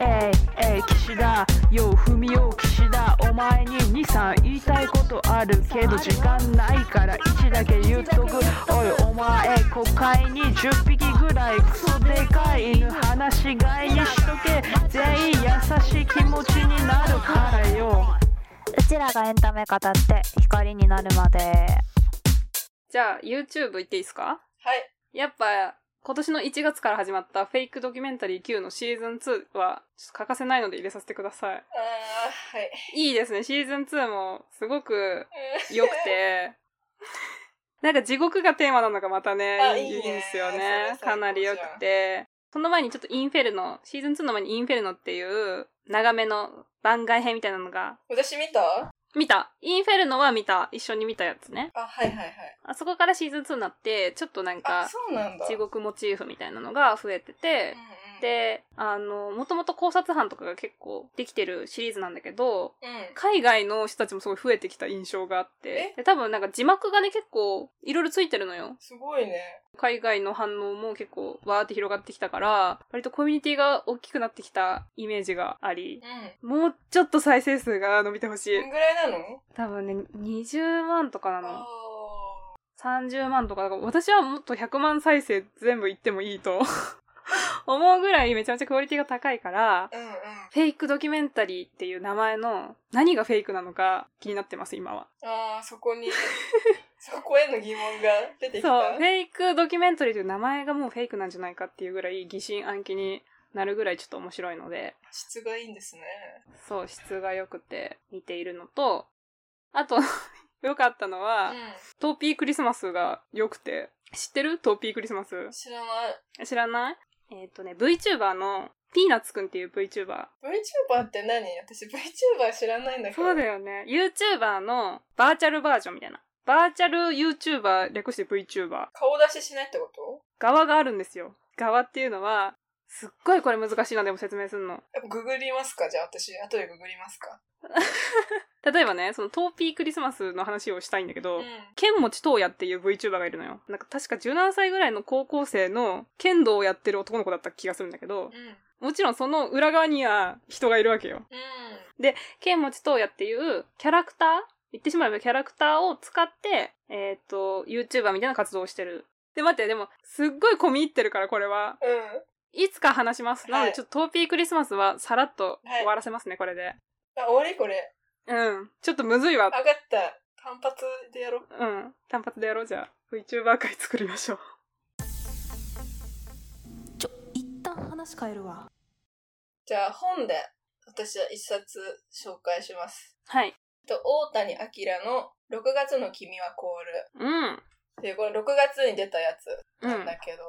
えいえい岸田よう踏みよう岸田お前に23言いたいことあるけど時間ないから1だけ言っとくおいお前国会に10匹ぐらいクソでかい犬話しがいにしとけ全員優しい気持ちになるからようちらがエンタメ語って光になるまでじゃあ YouTube 行っていいですかはい。やっぱ今年の1月から始まったフェイクドキュメンタリー Q のシーズン2はちょっと欠かせないので入れさせてください。あー、はい。いいですね。シーズン2もすごく良く て。なんか地獄がテーマなのがまたあね、いいいいねんですよそれ最ね。高かなり良くて。その前にちょっとインフェルノ、シーズン2の前にインフェルノっていう長めの番外編みたいなのが、私見た見たインフェルノは見た一緒に見たやつね。あ、はいはいはい。あそこからシーズン2になって、ちょっとなんあ、かそうなんだ。地獄モチーフみたいなのが増えててうん、うん、で、あの、もともと考察班とかが結構できてるシリーズなんだけど、うん。海外の人たちもすごい増えてきた印象があって、で多分なんか字幕がね結構いろいろついてるのよ。すごいね。海外の反応も結構わーって広がってきたから、割とコミュニティが大きくなってきたイメージがあり、うもうちょっと再生数が伸びてほしいん。こ。んぐらいなの多分ね、20万とかなあの。30万とか、だから私はもっと100万再生全部いってもいいと 思うぐらいめちゃめちゃクオリティが高いから、ー。うんうん。フェイクドキュメンタリーっていう名前の何がフェイクなのか気になってます、今は。あー、そ こに、そこへの疑問が出てきた。そう、フェイクドキュメンタリーという名前がもうフェイクなんじゃないかっていうぐらい疑心暗鬼になるぐらいちょっと面白いので、質がいいんですね。そう、質が良くて見ているのと、あと、 良かったのは、うトーピークリスマスが良くて、知ってるトーピークリスマスん。。知らない。知らないえっ、とね、VTuber のピーナッツくんっていう VTuber。 VTuber って何私 VTuber 知らないんだけど。そうだよね。YouTuber のバーチャルバージョンみたいな。バーチャル YouTuber 略して VTuber。顔出ししないってこと側があるんですよ。側っていうのは、すっごいこれ難しいな、でも説明するの。やっぱググりますかじゃあ私、後でググりますか。例えばね、そのトーピークリスマスの話をしたいんだけど、うん。剣持東也っていう VTuber がいるのよ。なんか確か17歳ぐらいの高校生の剣道をやってる男の子だった気がするんだけど、うん。うん。もちろんその裏側には人がいるわけよ。剣持東也っていうキャラクター言ってしまえばキャラクターを使って、えっ、と、YouTuber みたいな活動をしてる。で、待って、でも、すっごい込み入ってるから、これは。うん。いつか話します。なのはで、いちょっとトーピークリスマスはさらっとはい終わらせますね、これで。あ、終わりこれ。うん。ちょっとむずいわ上。がった。単発でやろう。うん。単発でやろう、じゃあ。VTuber 会作りましょう。ちょ一旦話変えるわじゃあ本で私は一冊紹介します。はい。と大谷明の「6月の君は凍るうん。」っていうこの6月に出たやつうなんん。だけど、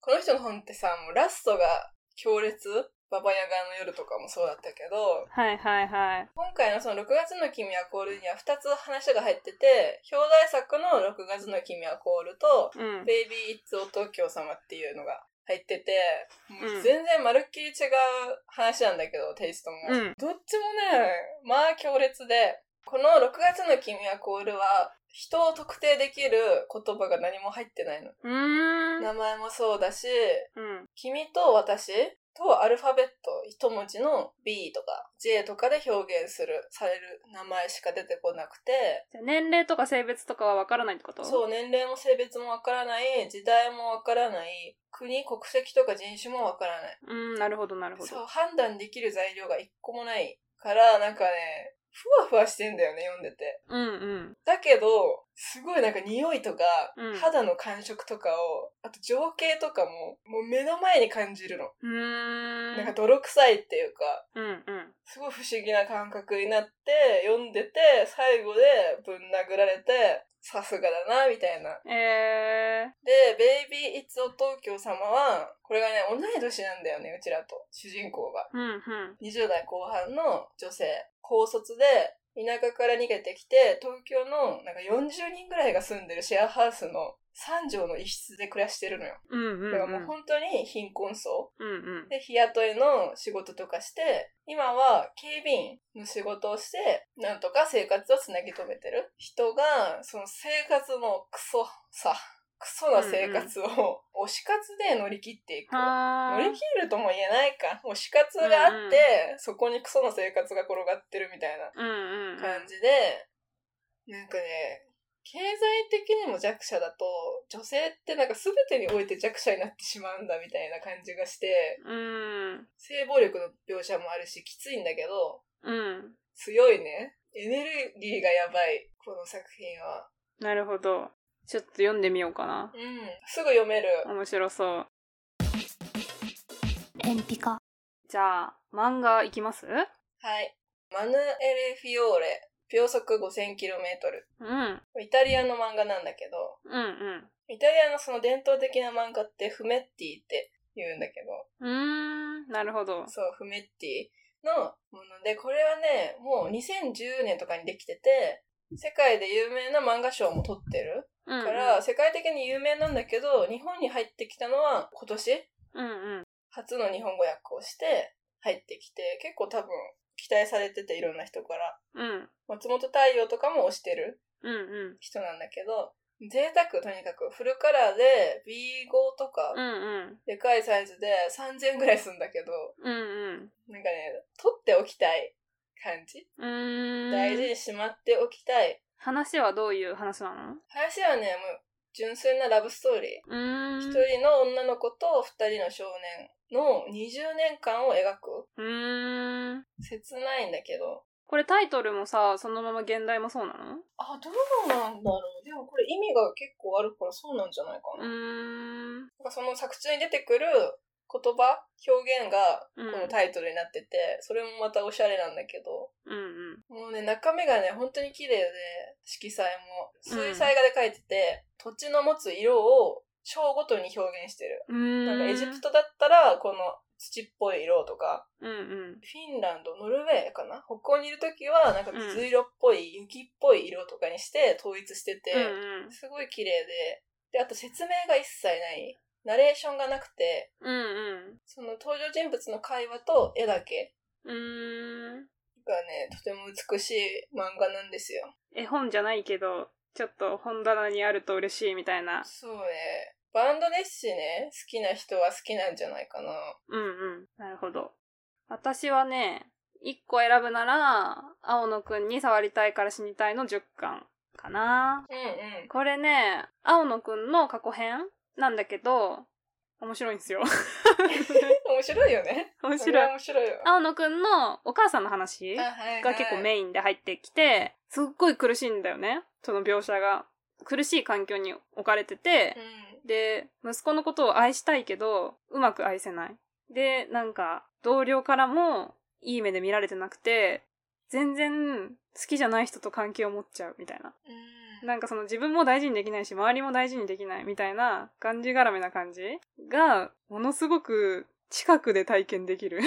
この人の本ってさもうラストが強烈ババヤガの夜とかもそうだったけどはいはいはい。今回のその6月の君は凍るには2つ話が入ってて表題作の「6月の君は凍る」とうん。ベイビー・イッツ・お東京様っていうのが入ってて、もううん全然まるっきり違う話なんだけど、テイストも。うんどっちもね、まあ強烈で、この6月の君は凍るは、人を特定できる言葉が何も入ってないの。うーん。名前もそうだし、うん。君と私とアルファベット一文字の B とか J とかで表現する、される名前しか出てこなくて、じゃあ年齢とか性別とかはわからないってことそう、年齢も性別もわからない、時代もわからない、国、国籍とか人種もわからない。う。うん、なるほどなるほど。そう、判断できる材料が一個もないから、なんかね、ふわふわしてんだよね、読んでて。うんうん。だけど、すごいなんか匂いとか、うん肌の感触とかを、あと情景とかも、もう目の前に感じるの。うーん。なんか泥臭いっていうか、うんうん。すごい不思議な感覚になって、読んでて、最後でぶん殴られて、さすがだな、みたいなえで、ベイビー・イッツ・オ・東京様は、これがね、同い年なんだよね、うちらと、主人公が。ー、うんうん。 20代後半の女性、高卒で、田舎から逃げてきて、東京のなんか40人ぐらいが住んでるシェアハウスの3畳の一室で暮らしてるのよ。うんうん、だうからん。もう本当に貧困層。うんうん。で、日雇いの仕事とかして、今は警備員の仕事をして、なんとか生活をつなぎ止めてる人が、その生活のクソさ、クソな生活を、推し活で乗り切っていく。乗あり切るとも言えないか。推し活があって、そこにクソな生活が転がってるみたいなうんうんうん。感じで、なんかね、経済的にも弱者だと、女性ってなんか全てにおいて弱者になってしまうんだみたいな感じがして、うん。性暴力の描写もあるし、きついんだけど、うん。強いね。エネルギーがやばい、この作品は。なるほど。ちょっと読んでみようかなう。ん。すぐ読める。面白そう。鉛筆かじゃあ、漫画いきますはい。マヌエレ・フィオーレ、秒速 5000km。うん。うんイタリアの漫画なんだけど、うん。イタリアのその伝統的な漫画ってフメッティって言うんだけど、うーん。なるほど。そう、フメッティのもので、これはね、もう2010年とかにできてて、世界で有名な漫画賞も取ってるうんうん。から、世界的に有名なんだけど、日本に入ってきたのは今年うんうん。初の日本語訳をして入ってきて、結構多分期待されてていろんな人から。うん。松本太陽とかも推してるうんうん。人なんだけど、贅沢とにかくフルカラーで B5 とか、うんうん。でかいサイズで3000円ぐらいするんだけど、うんうん。なんかね、取っておきたい感じ。うーん。大事にしまっておきたい。話はどういう話なの林はね、もう純粋なラブストーリー。うーん。一人の女の子と二人の少年の20年間を描く。うーん。切ないんだけど、これタイトルもさ、そのまま現代もそうなのあ、どうなんだろう。でもこれ意味が結構あるからそうなんじゃないかうな。なんーん。かその作中に出てくる言葉、表現がうんこのタイトルになってて、それもまたおしゃれなんだけど、うんうん。もうね、中身がね、本当に綺麗で、色彩も。うん水彩画で描いてて、土地の持つ色を章ごとに表現してる。うーん。なんかエジプトだったら、この土っぽい色とか、うんうん。フィンランド、ノルウェーかな北欧にいる時は、なんか水色っぽい、雪っぽい色とかにして統一してて、うんすごい綺麗で、で、あと説明が一切ない。ナレーションがなくて、うん。うんその登場人物の会話と絵だけうん。うーん。がね、とても美しい漫画なんですよ。絵本じゃないけど、ちょっと本棚にあると嬉しいみたいな。そうね。バンドですしね、好きな人は好きなんじゃないかな。うんうん。なるほど。私はね、一個選ぶなら、青野くんに触りたいから死にたいの10巻かな。うんうん。これね、青野くんの過去編なんだけど、面白いん ですよ。面白いよね。面それは白い。面白いよ。青野くんのお母さんの話あはいはいが結構メインで入ってきて、すっごい苦しいんだよね。その描写が。苦しい環境に置かれてて、で、息子のことを愛したいけど、うまく愛せない。で、なんか、同僚からもいい目で見られてなくて、全然好きじゃない人と関係を持っちゃうみたいな。うん。なんかその自分も大事にできないし、周りも大事にできないみたいな、がんじがらめな感じが、ものすごく近くで体験できる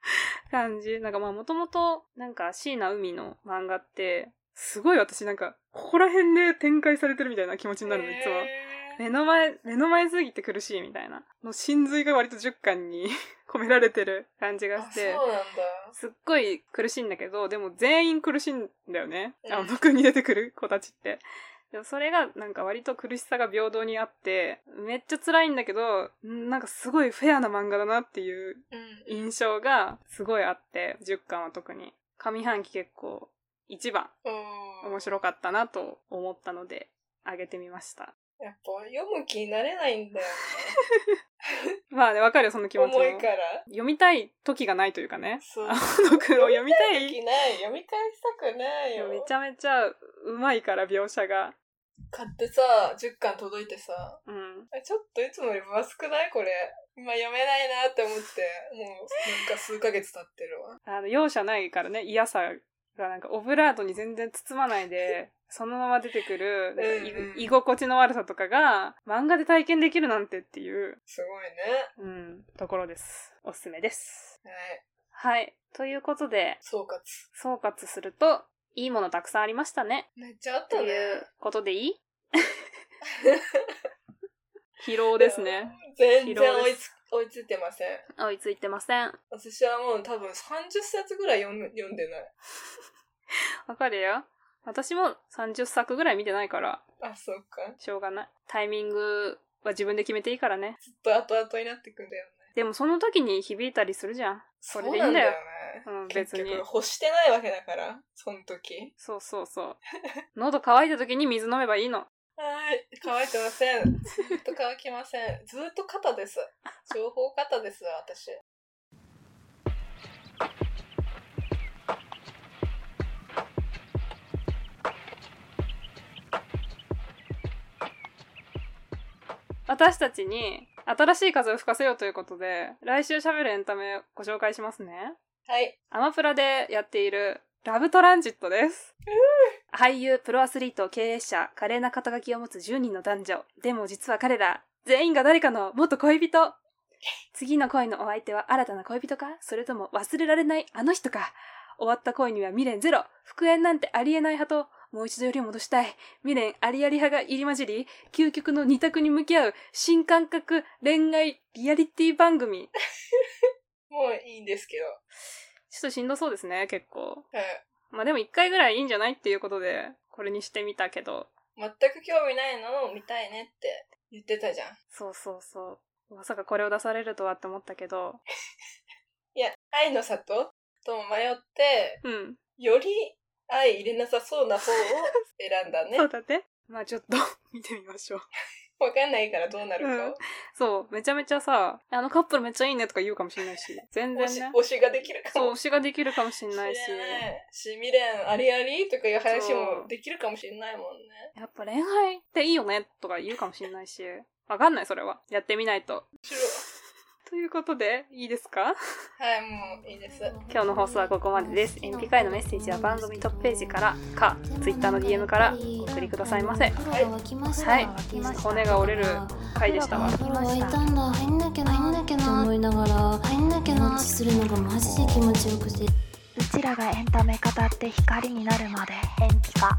感じ。なんかまあもともと、なんか椎名海の漫画って、すごい私なんか、ここら辺で展開されてるみたいな気持ちになるの、いつも。え目の前、目の前すぎて苦しいみたいな。の真髄が割と10巻に 込められてる感じーがあ、しそうてな。んだ。すっごい苦しいんだけど、でも全員苦しいんだよねう。んあの、国に出てくる子たちって。でもそれがなんか割と苦しさが平等にあって、めっちゃ辛いんだけど、んなんかすごいフェアな漫画だなっていううん。印象がすごいあって、10巻は特に。上半期結構一番うん。面白かったなと思ったので、あげてみました。やっぱ読む気になれないんだよまあね、わかるよ、その気ね。持ちも重。いから。読みたい時がないというかね。 そう青野くんを読みたい読みない読み返したくないよめちゃめちゃうまいから、描写が。買ってさ10巻届いてさうん。えちょっといつもより分厚くないこれ今読めないなって思ってもうなんか数ヶ月経ってるわあの、容赦ないからね、嫌さが、なんか、オブラートに全然包まないで、そのまま出てくる、なんかいうんうん居心地の悪さとかが、漫画で体験できるなんてっていう、すごいうん、ところです。おすすめです。ねはいはい。ということで、総括総括すると、いいものたくさんありましたね。めっちゃあっとたいねうことで いい疲労ですね。全疲労然で追いつ追いついてません追いついてません。私はもう多分30冊ぐらい読む読んでないわかるよ。私も30作ぐらい見てないから、あ、そうか。しょうがない。タイミングは自分で決めていいからね。ずっと後々になってくんだよね。でもその時に響いたりするじゃん。それでいいそうんなだよ。んだよね。うん別に結局、欲してないわけだから、その時。そうそうそう。喉乾いた時に水飲めばいいの。はい、乾いてません。ずっと乾きません。ずっと肩です。情報肩です、私。私たちに新しい風を吹かせようということで、来週喋るエンタメご紹介しますね。はい。アマプラでやっているラブトランジットです。俳優、プロアスリート、経営者、華麗な肩書きを持つ10人の男女。でも実は彼ら、全員が誰かの元恋人。次の恋のお相手は新たな恋人かそれとも忘れられないあの人か終わった恋には未練ゼロ。復縁なんてありえない派と、もう一度より戻したい。未練ありあり派が入り混じり、究極の二択に向き合う新感覚恋愛リアリティ番組。もういいんですけど。ちょっとしんどそうですね、結構。うまあでも一回ぐらいいいんじゃないっていうことで、これにしてみたけど。ん。全く興味ないのを見たいねって言ってたじゃん。そうそうそう。まさかこれを出されるとはって思ったけど。いや、愛の里とも迷って、うん。より愛入れなさそうな方を選んだね。 そうわだね。まあちょっと 見てみましょう。かんないからどうなるかを。そう、めちゃめちゃさ、あのカップルめっちゃいいねとか言うかもしれないし。全推然しね。推しができるかそう、も推しができるかもしれしれなないいし。し、未練ありありとかいう話そもうできるかもしれないもんね。やっぱ恋愛っていいよねとか言うかもしれないし。わかんない、それは。やってみないと。面白いということで、いいですかはい、もういいです。今日の放送はここまでです。演技会のメッセージは番組トップページからか、Twitter の DM からお送りくださいませ。はい、はい骨が折れる回でしたわ。いたんだ入んなきゃな入んなきゃな思いながら入んなきゃなするのがマジで気持ちよくてうちらがエンタメ語って光になるまで延期か